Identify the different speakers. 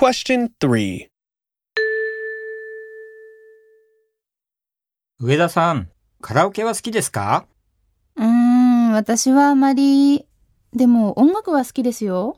Speaker 1: Question 3.
Speaker 2: 上田さん、カラオケは好きですか
Speaker 3: うーん、私はあまり、でも音楽は好きですよ。